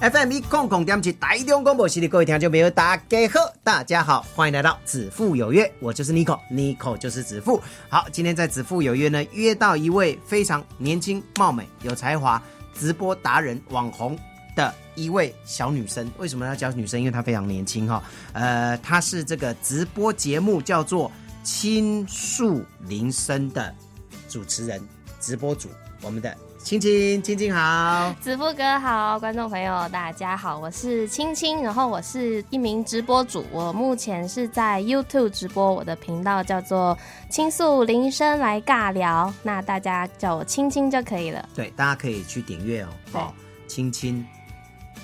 FM 一空空点起，台中广播系列各位听众朋友，大家好，大家好，欢迎来到子父有约，我就是 Nico，Nico 就是子父。好，今天在子父有约呢，约到一位非常年轻、貌美、有才华、直播达人、网红的一位小女生。为什么要叫女生？因为她非常年轻哈、呃，她是这个直播节目叫做《青树林声》的主持人、直播主，我们的青青，青青好。子富哥好，观众朋友大家好，我是青青，然后我是一名直播主，我目前是在 YouTube 直播，我的频道叫做“倾诉铃声来尬聊”，那大家叫我青青就可以了。对，大家可以去点阅哦。对哦，亲亲，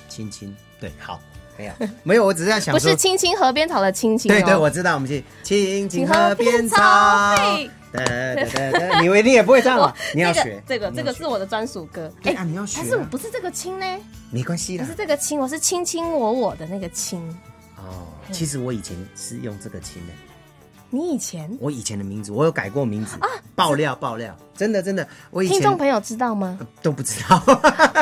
亲亲，对，好，没有， 没有，我只是在想不说是，青青河边草的青青、哦，对对，我知道，我们是青青请河喝边边草草。嘿哒哒哒哒，你一定也不会这样 吧？你要学这个你这要个学是我的专属歌。对哎啊，你啊要学但是我啊，不是这个亲呢，没关系不啦是。这个亲，我是卿卿我我的那个亲。哦，嗯其实我以前是用这个亲的，你以前我以前的名字，我有改过名字啊。爆料爆料，真的真的，我以听前众朋友知 道吗？都不知 道，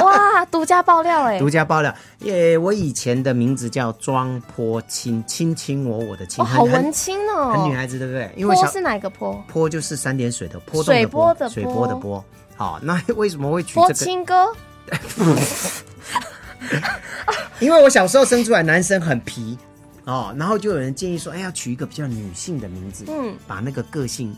哇，独家爆料哎、独家爆料。耶，我以前的名字叫庄坡亲，亲亲我我的亲，哇，好很很文青哦、很女孩子，对不对？因为小坡是哪一个坡？坡就是三点水的坡动的坡，水水波波的的波波。好，那 为什么会取坡这个？青哥，因为我小时候生出来男生很皮哦，然后就有人建议说，哎，要取一个比较女性的名字，嗯，把那个个性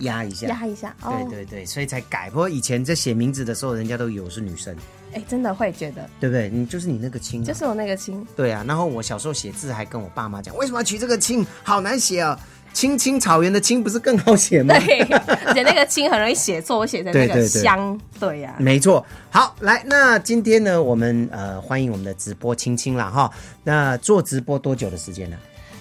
嘖压一下。压一下哦。对对对，所以才改。不过以前在写名字的时候，人家都以为我是女生，哎、真的会觉得，对不对？你就是你那个亲、啊，就是我那个亲，对啊。然后我小时候写字还跟我爸妈讲，为什么要取这个亲？好难写啊！青青草原的青不是更好写吗？ 对，而且那个亲很容易写错，我写成对那对个对香，对呀、没错，好，来，那今天呢，我们呃欢迎我们的直播青青啦哈。那做直播多久的时间呢？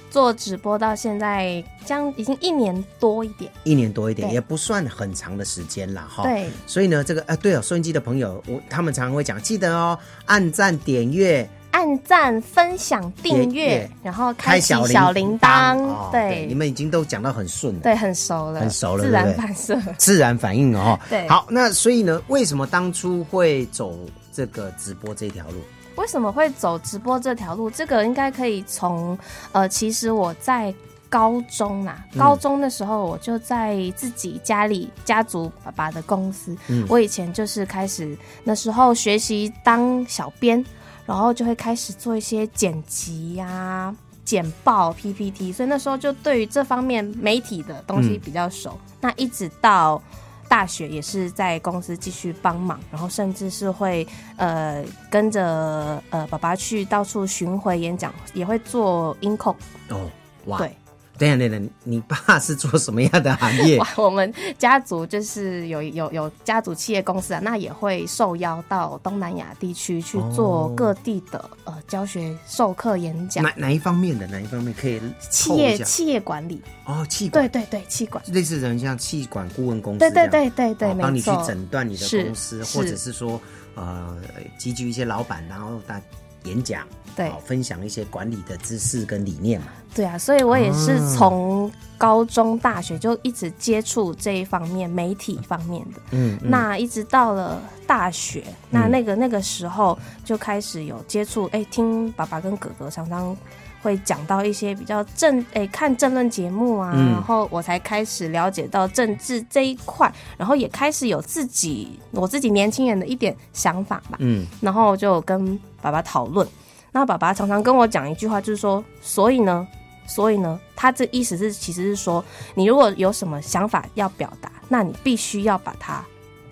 做直播到现在将已经一年多一点，一年多一点，对也不算很长的时间啦哈。对，所以呢，这个啊，对哦，收音机的朋友，我他们常常会讲，记得哦，按赞、点阅、按赞、分享、订也也阅，然后开启小小铃铃铛，哦对，你对们已经都讲到很顺了，对，很熟了，很熟了自对不然对反射。自然反应哦。对好，那所以呢，为什么当初会走这个直播这条路？为什么会走直播这条路？这个应该可以从呃，其实我在高中啦，高中的时候我就在自己家里家族爸爸的公司，我以前就是开始那时候学习当小编，然后就会开始做一些剪辑呀、简报、PPT，所以那时候就对于这方面媒体的东西比较熟。那一直到大学也是在公司继续帮忙，然后甚至是会呃跟着呃爸爸去到处巡回演讲，也会做音控。哦，哇，对，等一下，等一下，你爸是做什么样的行 业？哇，我们家族就是有有有家族企业公司啊，那也会受邀到东南亚地区去做哦各地的、呃教学授课演讲哪，哪一方面的？哪一方面可以企透一业下企业管理，哦，气管对对对，气管。类似人像气管顾问公司这对样，对对对对哦帮没你去错诊断你的是公司，是或者是说呃，集聚一些老板，然后大演讲，对哦分享一些管理的知识跟理念嘛。对啊，所以我也是从高中、大学就一直接触这一方面媒体方面的。嗯，嗯那一直到了大学，那那个那个时候就开始有接触，哎、听爸爸跟哥哥常常会讲到一些比较政，哎、看政论节目啊，嗯然后我才开始了解到政治这一块，然后也开始有自己我自己年轻人的一点想法吧。嗯，然后就跟爸爸讨论。那爸爸常常跟我讲一句话，就是说，所以呢，所以呢，他这意思是，其实是说，你如果有什么想法要表达，那你必须要把它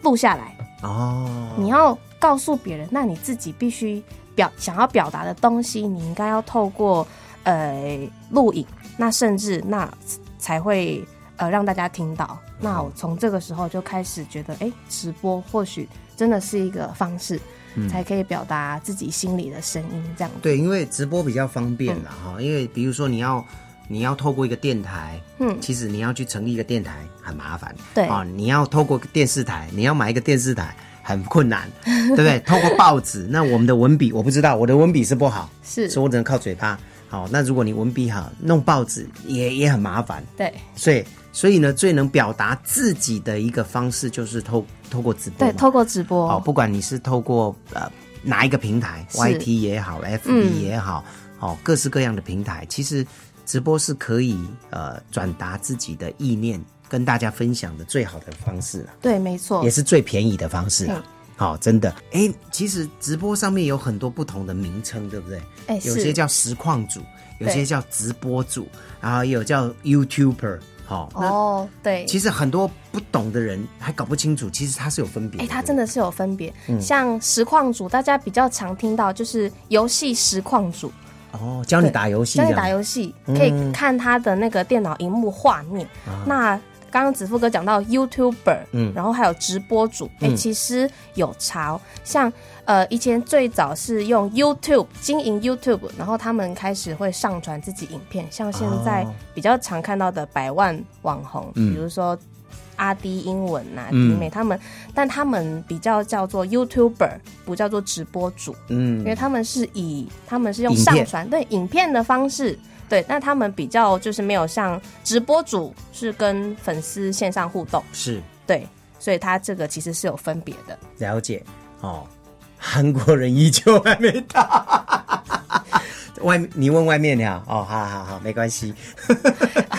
录下来，哦，你要告诉别人，那你自己必须表想要表达的东西，你应该要透过呃录影，那甚至那才会呃让大家听到。那嗯我从这个时候就开始觉得，哎、直播或许真的是一个方式，嗯才可以表达自己心里的声音，这样子。嗯对，因为直播比较方便啦哈、因为比如说你要你要透过一个电台，嗯其实你要去成立一个电台很麻烦，对啊、你要透过电视台，你要买一个电视台很困难，对不 对？透过报纸，那我们的文笔我不知道，我的文笔是不好，是所以我只能靠嘴巴。好，那如果你文笔好，弄报纸也也很麻烦，对所以所以呢，最能表达自己的一个方式就是透透过直播嘛，对，透过直哦，播，不管你是透过呃哪一个平台是，YT 也好，FB 嗯也好，哦，各式各样的平台，其实直播是可以呃转达自己的意念，跟大家分享的最好的方式了，对，没错也，是最便宜的方式了嗯。好、真的，哎，其实直播上面有很多不同的名称，对不对？哎，有些是，叫实况组，有些对叫直播组，然后也有叫 YouTuber、好，那哦，对，其实很多不懂的人还搞不清楚，其实它是有分别。哎、对它不对真的是有分别。嗯像实况组，大家比较常听到就是游戏实况组，哦，教你打游戏，嗯教你打游戏，可以看他的那个电脑荧幕画面。那刚刚子富哥讲到 YouTuber，啊嗯然后还有直播主，哎、嗯其实有潮，像呃以前最早是用 YouTube 经营 YouTube，然后他们开始会上传自己影片，像现在哦比较常看到的百万网红，嗯比如说。阿迪英文呐、迪嗯美他们，但他们比较叫做 YouTuber，不叫做直播主。嗯因为他们是以他们是用影片上传对影片的方式，对，那他们比较就是没有像直播主是跟粉丝线上互动，是对，所以它这个其实是有分别的。 了解哦。韩国人依旧还没到， 外你问外面的啊？哦，好好好，没关系，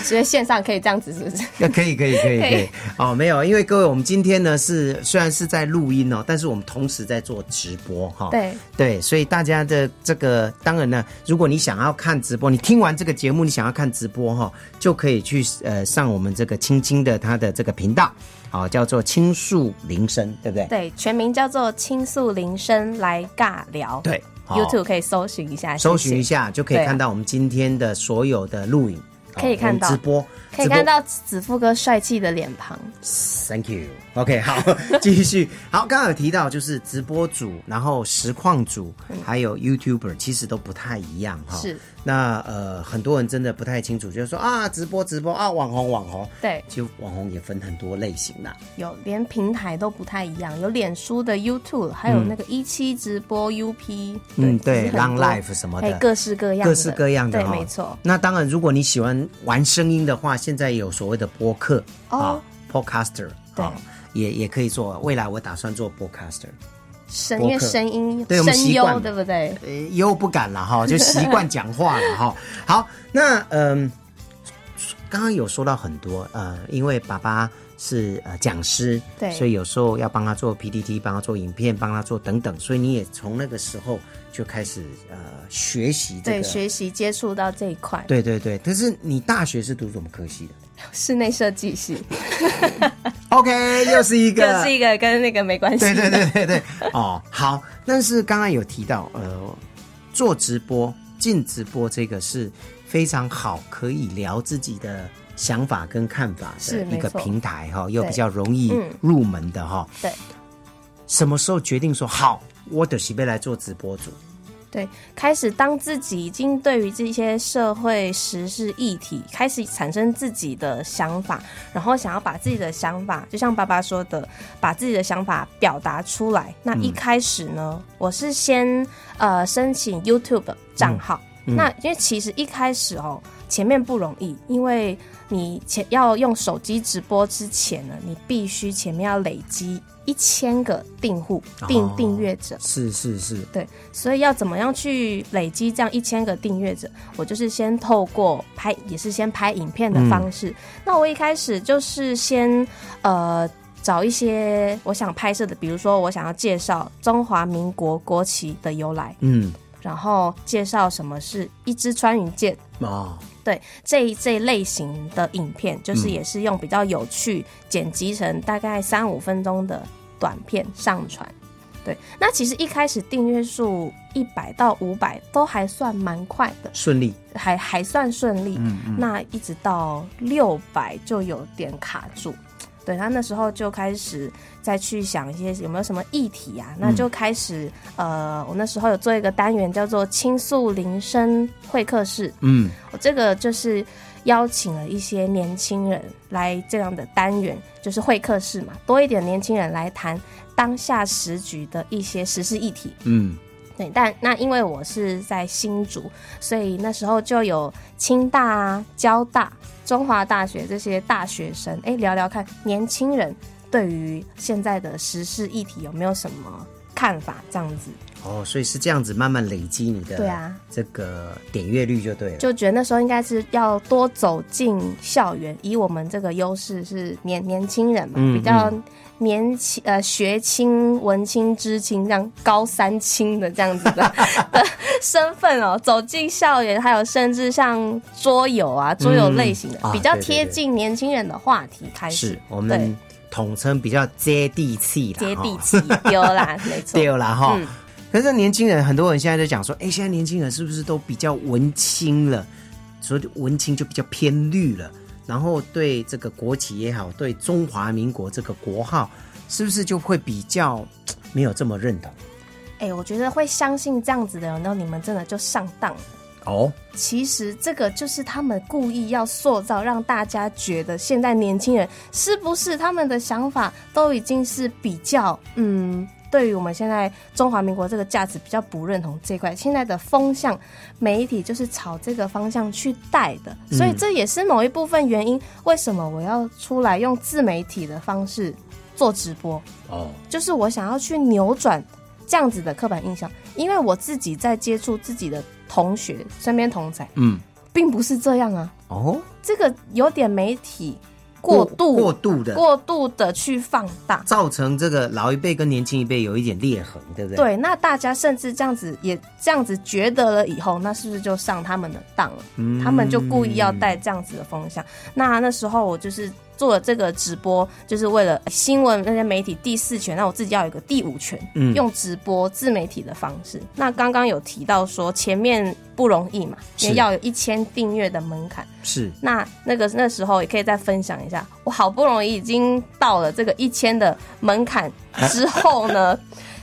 所以线上可以这样子，是不是？那可以可以可以 可可以以哦，没有，因为各位，我们今天呢是虽然是在录音哦，但是我们同时在做直播哈、对，对，所以大家的这个当然呢，如果你想要看直播，你听完这个节目，你想要看直播哈、就可以去呃上我们这个青青的它的这个频道，好、叫做青树铃声，对不对？对，全名叫做倾诉铃声来尬聊。对好，YouTube 可以搜寻一下，搜寻一下，下就可以对啊看到我们今天的所有的录影，可以哦看我们到直播，可以直播看到子富哥帅气的脸庞。 Thank you。OK，好， 继续。好，刚刚有提到就是直播组，然后实况组，还有 YouTuber，其实都不太一样哈。嗯是。那呃，很多人真的不太清楚，就是说啊，直播直播啊，网红网红。对，其实网红也分很多类型啦。有连平台都不太一样，有脸书的 YouTube，还有那个一期直播 UP，嗯，对其实很，Long 多 Life 什么哎的，，各式各样的，各式各样的对，哈。没错，那当然，如果你喜欢玩声音的话，现在有所谓的播客哦啊，Podcaster 对啊，也也可以做。未来我打算做 Podcaster。声播因客为声音对我们习声惯了优，对不对？呃，又不敢了 哈，就习惯讲话了哈。好，那嗯，刚刚有说到很多呃，因为爸爸是呃讲师，对所以有时候要帮他做 PPT，帮他做影片，帮他做等等，所以你也从那个时候就开始呃学习这对，个。学习接触到这一块，对对对，但是你大学是读什么科系的室内设计系， ？OK，又是一就个，是一个跟那个没 关系，对对对对对，哦，好。但是刚刚有提到，呃，做直播、进直播这个是非常好，可以聊自己的想法跟看法的是一没个错平台哈、又对比较容易嗯入门的哈、对什么时候决定说好，我的喜贝来做直播主？对，开始当自己已经对于这些社会时事议题开始产生自己的想法，然后想要把自己的想法，就像爸爸说的，把自己的想法表达出来。那一开始呢，我是先呃申请 YouTube 账号。那因为其实一开始哦，前面不容易，因为你前要用手机直播之前呢，你必须前面要累积一千个订户、订哦订阅者，是是是，对，所以要怎么样去累积这样一千个订阅者？我就是先透过拍，也是先拍影片的方式。那我一开始就是先呃找一些我想拍摄的，比如说我想要介绍中华民国国旗的由来，嗯，然后介绍什么是一支穿云箭。哦，对这一这一类型的影片，就是嗯也是用比较有趣剪辑成大概三五分钟的短片上传。对，那其实一开始订阅数一百到五百都还算蛮快的，顺利，还还算顺利。那一直到六百就有点卡住，对他那时候就开始再去想一些有没有什么议题啊，那就开始、呃，我那时候有做一个单元叫做“倾诉铃声会客室”，嗯，我哦这个就是邀请了一些年轻人来这样的单元，就是会客室嘛，多一点年轻人来谈当下时局的一些时事议题。嗯，对，但那因为我是在新竹，所以那时候就有清大啊、交大、中华大学这些大学生，哎，聊聊看年轻人对于现在的时事议题有没有什么看法，这样子。哦，所以是这样子慢慢累积你的对啊这个点阅率就对了。就觉得那时候应该是要多走进校园，以我们这个优势是年年轻人嘛，嗯比较年轻呃学青、文青、知青这样高三青的这样子的 的身份哦，走进校园，还有甚至像桌游啊、桌游类型的，啊比较对对对贴近年轻人的话题开始是，我对们统称比较接地气啦，接地哈气 丢啦，没错，对啦哈。嗯可是年轻人，很多人现在在讲说，哎、现在年轻人是不是都比较文青了？所以文青就比较偏绿了，然后对这个国旗也好，对中华民国这个国号，是不是就会比较嘖没有这么认同？哎、我觉得会相信这样子的人，那你们真的就上当了。哦，其实这个就是他们故意要塑造，让大家觉得现在年轻人是不是他们的想法都已经是比较嗯，对于我们现在中华民国这个价值比较不认同这一块，现在的风向媒体就是朝这个方向去带的，所以这也是某一部分原因，为什么我要出来用自媒体的方式做直播。哦，就是我想要去扭转这样子的刻板印象，因为我自己在接触自己的同学、身边同才，嗯，并不是这样啊。哦，这个有点媒体过度、过度的，过度的去放大，造成这个老一辈跟年轻一辈有一点裂痕，对不对？，对，那大家甚至这样子也这样子觉得了以后，那是不是就上他们的当了？嗯他们就故意要带这样子的风向。那那时候我就是做了这个直播，就是为了新闻那些媒体第四权，那我自己要有一个第五权，嗯用直播自媒体的方式。那刚刚有提到说前面不容易嘛，因是为要有一千订阅的门槛。是那那个那时候也可以再分享一下，我好不容易已经到了这个一千的门槛之后 呢，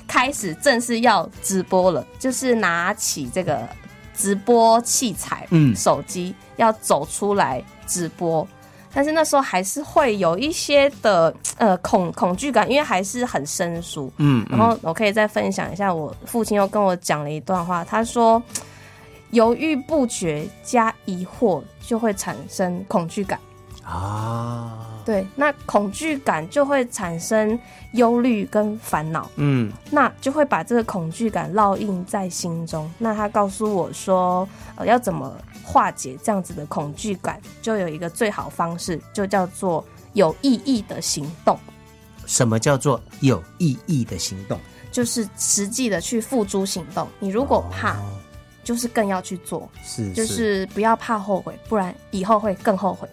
开始正式要直播了，就是拿起这个直播器材，嗯手机要走出来直播。但是那时候还是会有一些的呃恐恐惧感，因为还是很生疏。嗯然后我可以再分享一下，我父亲又跟我讲了一段话，他说：“犹豫不决加疑惑，就会产生恐惧感。啊，对，那恐惧感就会产生忧虑跟烦恼，嗯，那就会把这个恐惧感烙印在心中。那他告诉我说，呃，要怎么化解这样子的恐惧感，就有一个最好方式，就叫做有意义的行动。”什么叫做有意义的行动？就是实际的去付诸行动。你如果怕，哦就是更要去做，是就是不要怕后悔，不然以后会更后悔。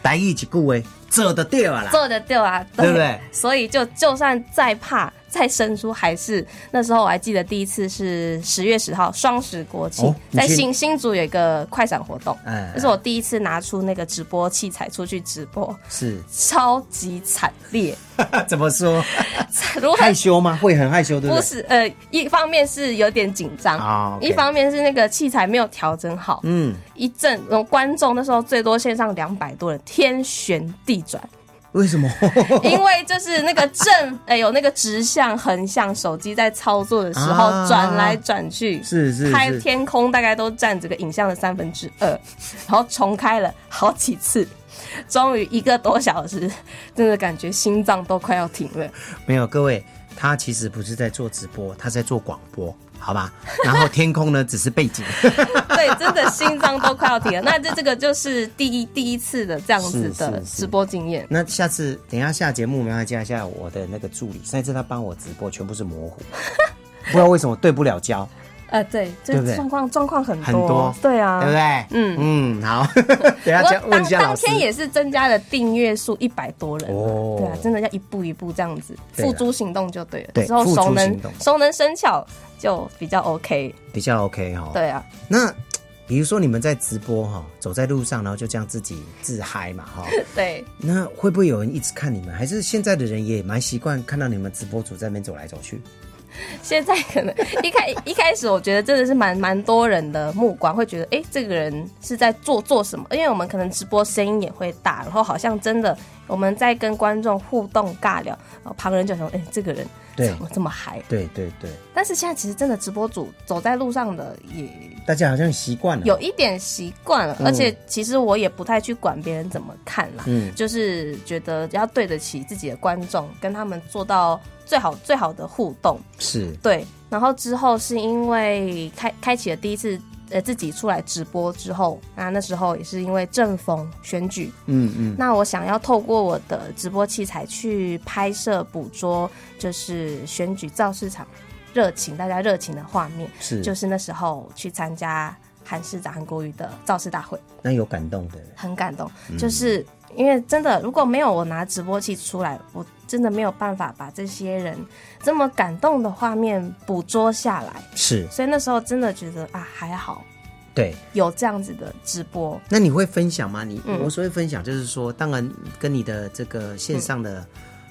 台语一句话，做得对啊啦，做的对啊，对不对？所以就就算再怕再生疏，还是那时候我还记得第一次是十月十号双十国庆，哦你在去新新竹有一个快闪活动，嗯那是我第一次拿出那个直播器材出去直播，是 超级惨烈，怎么说？如何害羞吗？会很害羞，对不不对？是，呃，一方面是有点紧张，啊，OK 一方面是那个器材没有调整好，嗯，一阵，然后观众那时候最多线上两百多人，天旋地转， 为什么？因为就是那个正，哎、有那个直向、横向，手机在操作的时候啊转来转去， 是是拍是天空大概都占这个影像的三分之 二，然后重开了好几次，终于一个多小时，真的感觉心脏都快要停了。没有，各位，他其实不是在做直播，他在做广播，好吧？ 然后天空呢，只是背景。 对，真的心脏都快要停了。那这这个就是第一第一次的这样子的是是是直播经验。那下次等一下下节目，我们要加一下我的那个助理，上一次他帮我直播，全部是模糊， 不知道为什么对不了焦，呃，对，对这不对状况状况很多，很多，哎对啊，对不对？嗯嗯，好， 等一下不再过问当一下老当师。天也是增加了订阅数一百多人、哦对啊，真的要一步一步这样子对啊付诸行动就对了，对之后付诸熟能行动熟能生巧就比较 OK，比较 OK 哈、哦。对啊，那比如说你们在直播哈、走在路上，然后就这样自己自嗨嘛哈、 对，那会不会有人一直看你们？还是现在的人也蛮习惯看到你们直播主在那边走来走去？现在可能一开 一开始，我觉得真的是蛮蛮多人的目光会觉得，哎、这个人是在做做什么？因为我们可能直播声音也会大，然后好像真的我们在跟观众互动尬聊，然后旁人就想，哎、这个人对怎么这么嗨？对对对，但是现在其实真的直播主走在路上的也大家好像习惯了。有一点习惯了，嗯而且其实我也不太去管别人怎么看啦，嗯就是觉得要对得起自己的观众，跟他们做到最好最好的互动。是对，然后之后是因为开开启了第一次呃自己出来直播之后，那那时候也是因为正逢选举，嗯嗯那我想要透过我的直播器材去拍摄捕捉，就是选举造市场热情大家热情的画面，是就是那时候去参加韩市长韩国瑜的造势大会，那有感动的很感动，嗯就是因为真的如果没有我拿直播器出来，我真的没有办法把这些人这么感动的画面捕捉下来，是所以那时候真的觉得啊还好对。有这样子的直播，那你会分享吗？你、嗯我所谓分享，就是说，当然跟你的这个线上的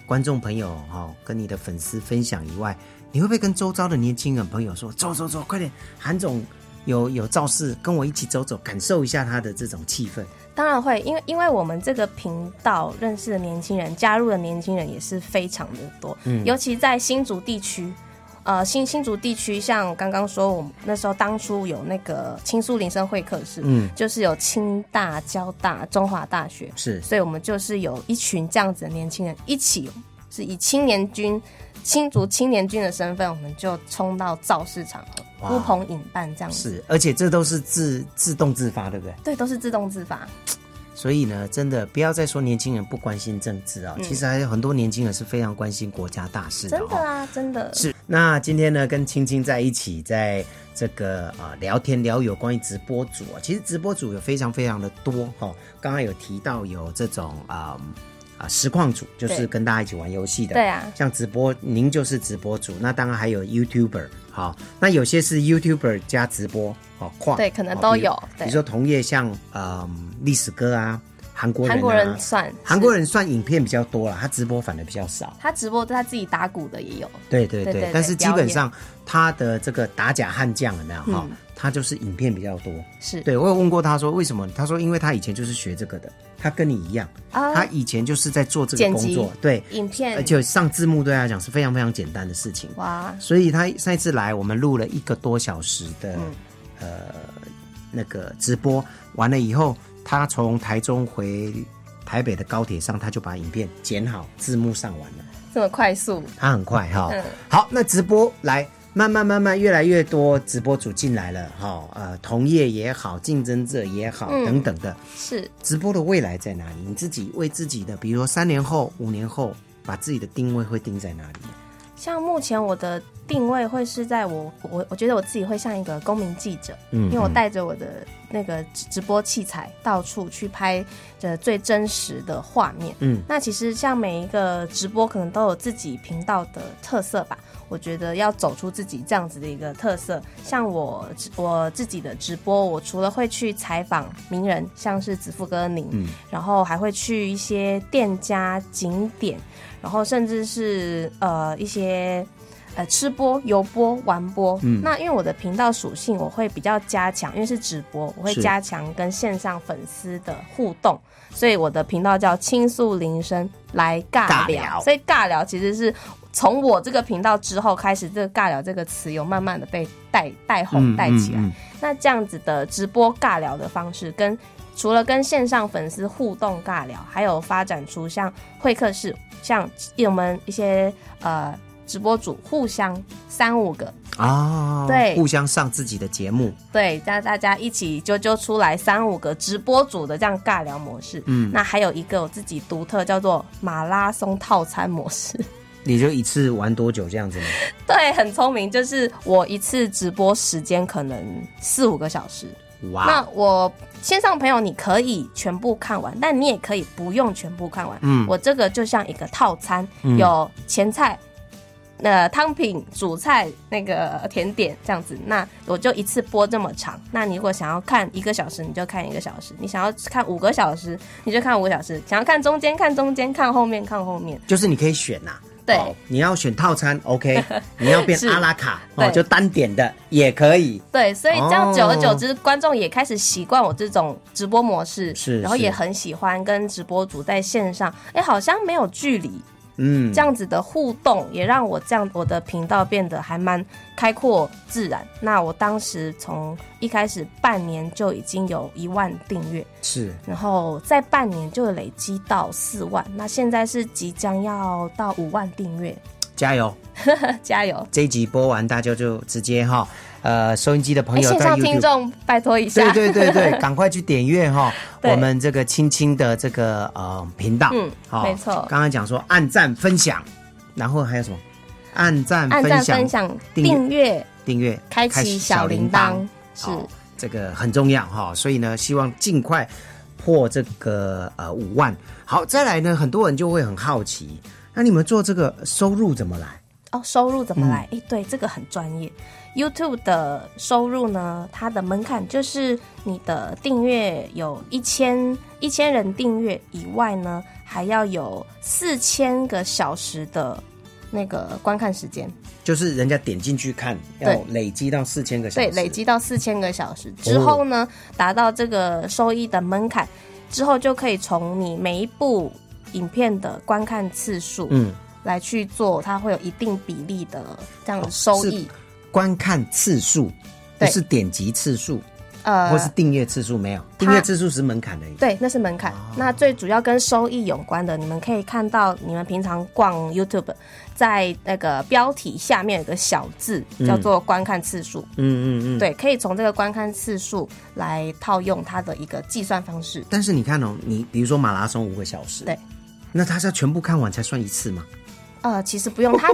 观众朋友哈、哦，跟你的粉丝分享以外，你会不会跟周遭的年轻人朋友说，走走走，快点，韩总有有造势，跟我一起走走，感受一下他的这种气氛。当然会，因为因为我们这个频道认识的年轻人，加入的年轻人也是非常的多，尤其在新竹地区。呃，新新竹地区，像刚刚说，我们那时候当初有那个青苏林生会客室，嗯就是有清大、交大、中华大学，是所以我们就是有一群这样子的年轻人一起，是以青年军、新竹青年军的身份，我们就冲到造市场哇呼朋引伴这样子，是，而且这都是自自动自发，对不对？对，都是自动自发，所以呢，真的不要再说年轻人不关心政治啊、其实还有很多年轻人是非常关心国家大事的、嗯真哦。的啊，真的是，那今天呢，跟青青在一起，在这个啊、聊天聊有关于直播主啊，其实直播主有非常非常的多哈、哦。刚刚有提到有这种啊啊、实况组，就是对跟大家一起玩游戏的，对啊像直播，您就是直播主，那当然还有 YouTuber，好、那有些是 YouTuber 加直播，好、哦、跨，对可能哦都比如有比对如说同业像呃历史哥啊，韩国人、啊，韩国人算韩国人算影片比较多了，他直播反而比较少。他直播他自己打鼓的也有，对对对，对对对但是基本上他的这个打假悍将有没有嗯哈？他就是影片比较多。是对我有问过他说为什么？他说因为他以前就是学这个的，他跟你一样，啊他以前就是在做这个剪工辑作，对，影片，而且上字幕对他来讲是非常非常简单的事情。哇，所以他上一次来，我们录了一个多小时的、嗯呃那个直播，完了以后，他从台中回台北的高铁上，他就把影片剪好，字幕上完了。这么快速，他很快哈、嗯好，那直播来，慢慢慢慢，越来越多直播主进来了哈、呃，同业也好，竞争者也好，嗯等等的，是直播的未来在哪里？你自己为自己的，比如说三年后、五年后，把自己的定位会定在哪里？像目前我的定位会是在我我我觉得我自己会像一个公民记者，嗯因为我带着我的那个直直播器材到处去拍的最真实的画面。嗯那其实像每一个直播可能都有自己频道的特色吧，我觉得要走出自己这样子的一个特色。像我我自己的直播，我除了会去采访名人，像是子富哥您，嗯然后还会去一些店家景点，然后甚至是呃一些呃吃播、游播、玩播。那因为我的频道属性，我会比较加强，因为是直播，我会是加强跟线上粉丝的互动，所以我的频道叫“倾诉铃声”来尬尬聊。聊所以尬聊其实是。从我这个频道之后开始，这个“尬聊”这个词有慢慢的被带带红带起来。嗯嗯嗯那这样子的直播尬聊的方式，跟除了跟线上粉丝互动尬聊，还有发展出像会客室，像我们一些呃直播主互相三五个，啊，对互相上自己的节目，对，让大家一起揪揪出来三五个直播主的这样尬聊模式。嗯，那还有一个我自己独特叫做马拉松套餐模式。 你就一次玩多久这样子吗？对，很聪明，就是我一次直播时间可能四五个小时，那哇，哦我线上朋友，你可以全部看完，但你也可以不用全部看完。嗯我这个就像一个套餐，有前菜、呃汤品、主菜、那个甜点这样子。那我就一次播这么长。那你如果想要看一个小时，你就看一个小时；你想要看五个小时，你就看五个小时；想要看中间，看中间；看后面，看后面。就是你可以选呐、对哦你要选套餐，OK，你 要变是阿拉卡哦，对就单点的也可以。对，所以这哦样久而久之，观众也开始习惯我这种直播模式，是然后是也很喜欢跟直播主在线上，哎，好像没有距离，嗯，这样子的互动也让我这样我的频道变得还蛮开阔自然。那我当时从一开始半年就已经有一万订阅，是然后在半年就累积到四万，那现在是即将要到五万订 阅，加油！加油！这一集播完，大家就直接哈，呃，收音机的朋哎，友线在上听 YouTube。众拜托一下对，对对 对，赶快去点阅哈，对我们这个青青的这个呃频道，嗯没错刚刚讲说按赞分享，然后还有什么？按赞按分赞、享、分享、订阅订阅。订阅、开启小铃铛，是好，这个很重要哈、所以呢，希望尽快破这个呃五万。好，再来呢，很多人就会很好奇，那你们做这个收入怎么来？哦，收入怎么来？诶，对，这个很专业。YouTube 的收入呢，它的门槛就是你的订阅有一千一千人订阅以外呢，还要有四千个小时的那个观看时间，就是人家点进去看，对要累积到四千个小时，哦对，累积到四千个小时之后呢，达到这个收益的门槛之后，就可以从你每一部影片的观看次数，嗯，来去做，它会有一定比例的这样的收益。观看次数，不对是点击次数，呃，哦或是订阅次数没有，订阅次数是门槛而已。对，那是门槛。啊那最主要跟收益有关的，你们可以看到，你们平常逛 YouTube，在那个标题下面有个小字嗯叫做观看次数，嗯嗯嗯，。对，可以从这个观看次数来套用它的一个计算方式。但是你看哦，你比如说马拉松五个小时，对，那他是要全部看完才算一次吗？呃，其实不用， 它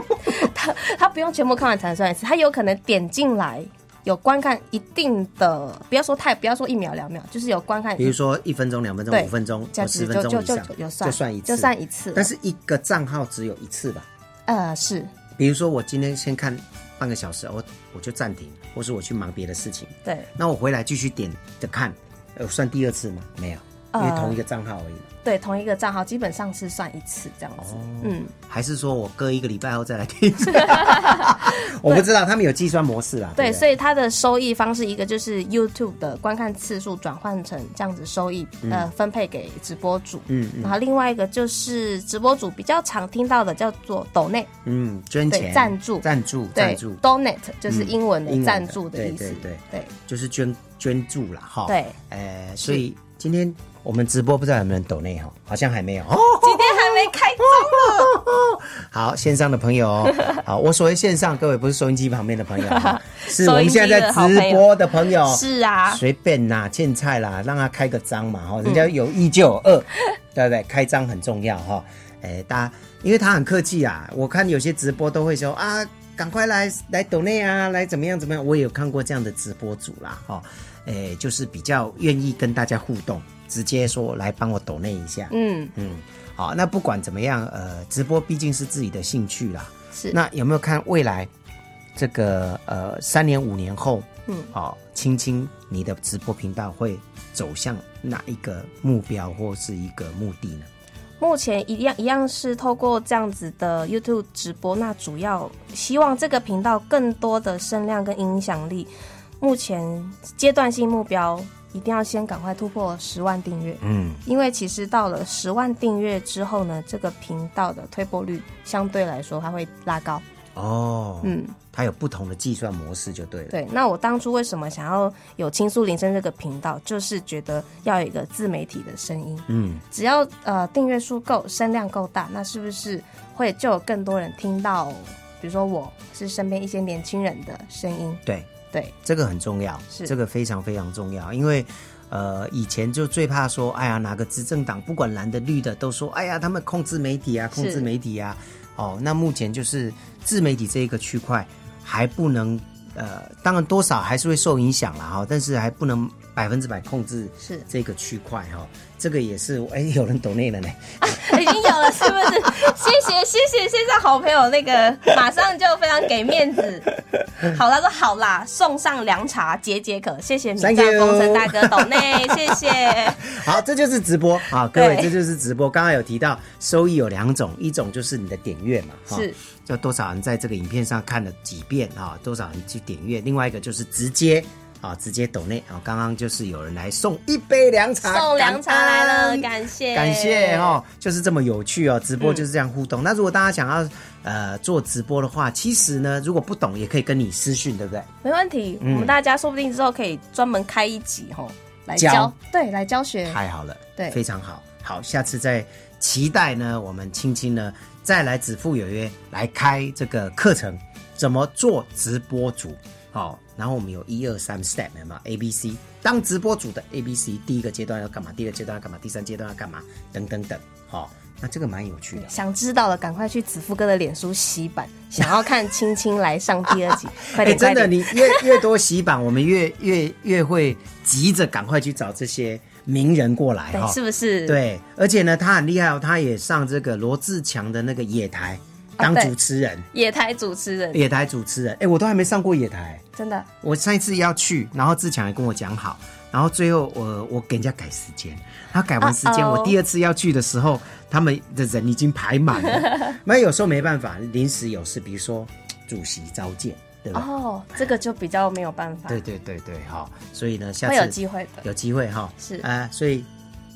它它不用全部看完才算一次，它有可能点进来。有观看一定的，不要说太，不要说一秒两秒，就是有观看一，比如说一分钟、两分钟、对五分钟、哦这样十子分就钟就以就上，有算就算一次，就算一次了。但是一个账号只有一次吧。呃是比如说我今天先看半个小时，我我就暂停，或是我去忙别的事情，对，那我回来继续点着看，呃，算第二次吗？没有，因为呃同一个账号而已嘛。哦对，同一个账号基本上是算一次这样子。嗯，还是说我隔一个礼拜后再来 听一 次？我不知道，他们有计算模式啦。对，不所以它的收益方式一个就是 YouTube 的观看次数转换成这样子收益，呃，分配给直播主。嗯嗯然后另外一个就是直播主比较常听到的叫做抖内，嗯，捐对钱、赞助赞助、对赞助， ，donate 就是嗯英英文文的的赞助的对意思。对对哦就是捐捐助啦，哈。对呃，所以今天我们直播不知道有没有人抖内哈，好像还没有哦。今天还没开张，好，线上的朋友哦， 好，我所谓线上，各位不是收音机旁边的朋友哦，是我收们音机现在在的好朋友直播的朋友，是啊随便啦，欠菜啦，让他开个张嘛，哈，人家有一就有二， 对不对？开张很重要哈，哎，大家，因为他很客气啊，我看有些直播都会说啊，赶快来来抖内啊，来怎么样怎么样，我也有看过这样的直播主啦，哈，哎，就是比较愿意跟大家互动，直接说来帮我抖内一下，嗯，嗯，好，那不管怎么样，呃，直播毕竟是自己的兴趣啦。是那有没有看未来这个呃三年五年后，嗯好、哦，青青你的直播频道会走向哪一个目标或是一个目的呢？目前一样一样是透过这样子的 YouTube 直播，那主要希望这个频道更多的声量跟影响力。目前阶段性目标一定要先赶快突破十万订阅，嗯，因为其实到了十万订阅之后呢，这个频道的推播率相对来说它会拉高。哦，嗯，它有不同的计算模式就对了。，对。那我当初为什么想要有倾诉铃声这个频道，就是觉得要有一个自媒体的声音。嗯，只要呃订阅数够，声量够大，那是不是会就有更多人听到？比如说我是身边一些年轻人的声音，对， 对这个很重要，是这个非常非常重要，因为。呃，以前就最怕说，哎呀，哪个执政党不管蓝的绿的，都说，哎呀，他们控制媒体啊，控制是媒体啊。哦，那目前就是自媒体这一个区块还不能，呃，当然多少还是会受影响啦哈、但是还不能百分之百控制是这个区块哈、这个也是哎，有人懂内了呢。已经有了，是不是？谢谢谢谢，现在好朋友那个马上就非常给面子。好啦，说好啦，送上凉茶解解渴，谢谢你 Thank 这样工程 you 大哥懂内，谢谢。好，这就是直播啊，各位，对这就是直播。刚刚有提到收益有两种，一种就是你的点阅嘛，哈是，就多少人在这个影片上看了几遍啊，多少人去点阅；另外一个就是直接啊，直接抖内啊。刚刚就是有人来送一杯凉茶，送凉茶来了，啊感恩感谢感谢。哦，就是这么有趣哦，直播就是这样互动。那如果大家想要呃做直播的话，其实呢，如果不懂也可以跟你私讯，对不对？没问题，嗯我们大家说不定之后可以专门开一集吼，来教教，对，来教学。太好了，对非常好。好，下次再期待呢，我们青青呢再来子父有约来开这个课程，怎么做直播主？好、然后我们有一二三 step 嘛，A B C，当直播主的 A B C，第一个阶段要干嘛？第二个阶段要干嘛？第三阶段要干嘛？等等等，好、那这个蛮有趣的。想知道的，赶快去子富哥的脸书洗版。 想要看青青来上第 二集，快点，哎真快的，点！你越越多洗版，我们越越越会急着赶快去找这些名人过来哈、对，是不是？，对，而且呢，他很厉害哦，他也上这个罗志强的那个野台当对主持人，野台主持人，野台主持人，哎，我都还没上过野台，真的。我上一次要去，然后志强也跟我讲好，然后最后我我给人家改时间，他改完时间哦哦我第二次要去的时候，他们的人已经排满 了，那有时候没办法，临时有事，比如说主席召见，对吧？哦，这个就比较没有办法，对对对对，好、所以呢，下次会有机会的。有机会哈、是啊、所以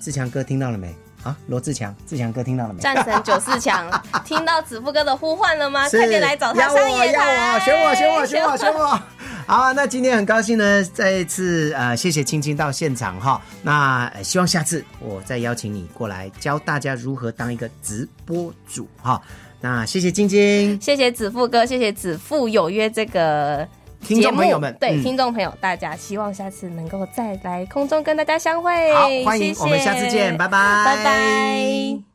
志强哥听到了没？啊，罗志强，志强哥听到了没？战神九四 强，听到子富哥的呼唤了吗？是快点来找他要我上野要台，我选我选我选我选 我。好啊，那今天很高兴呢，再一次呃，谢谢青青到现场哈。那、呃希望下次我再邀请你过来教大家如何当一个直播主哈。那谢谢晶晶，谢谢子富哥，谢谢子富有约这个节听目。众朋友们对、嗯听众朋友大家，希望下次能够再来空中跟大家相会。好，欢迎谢谢我们下次见，拜拜，拜拜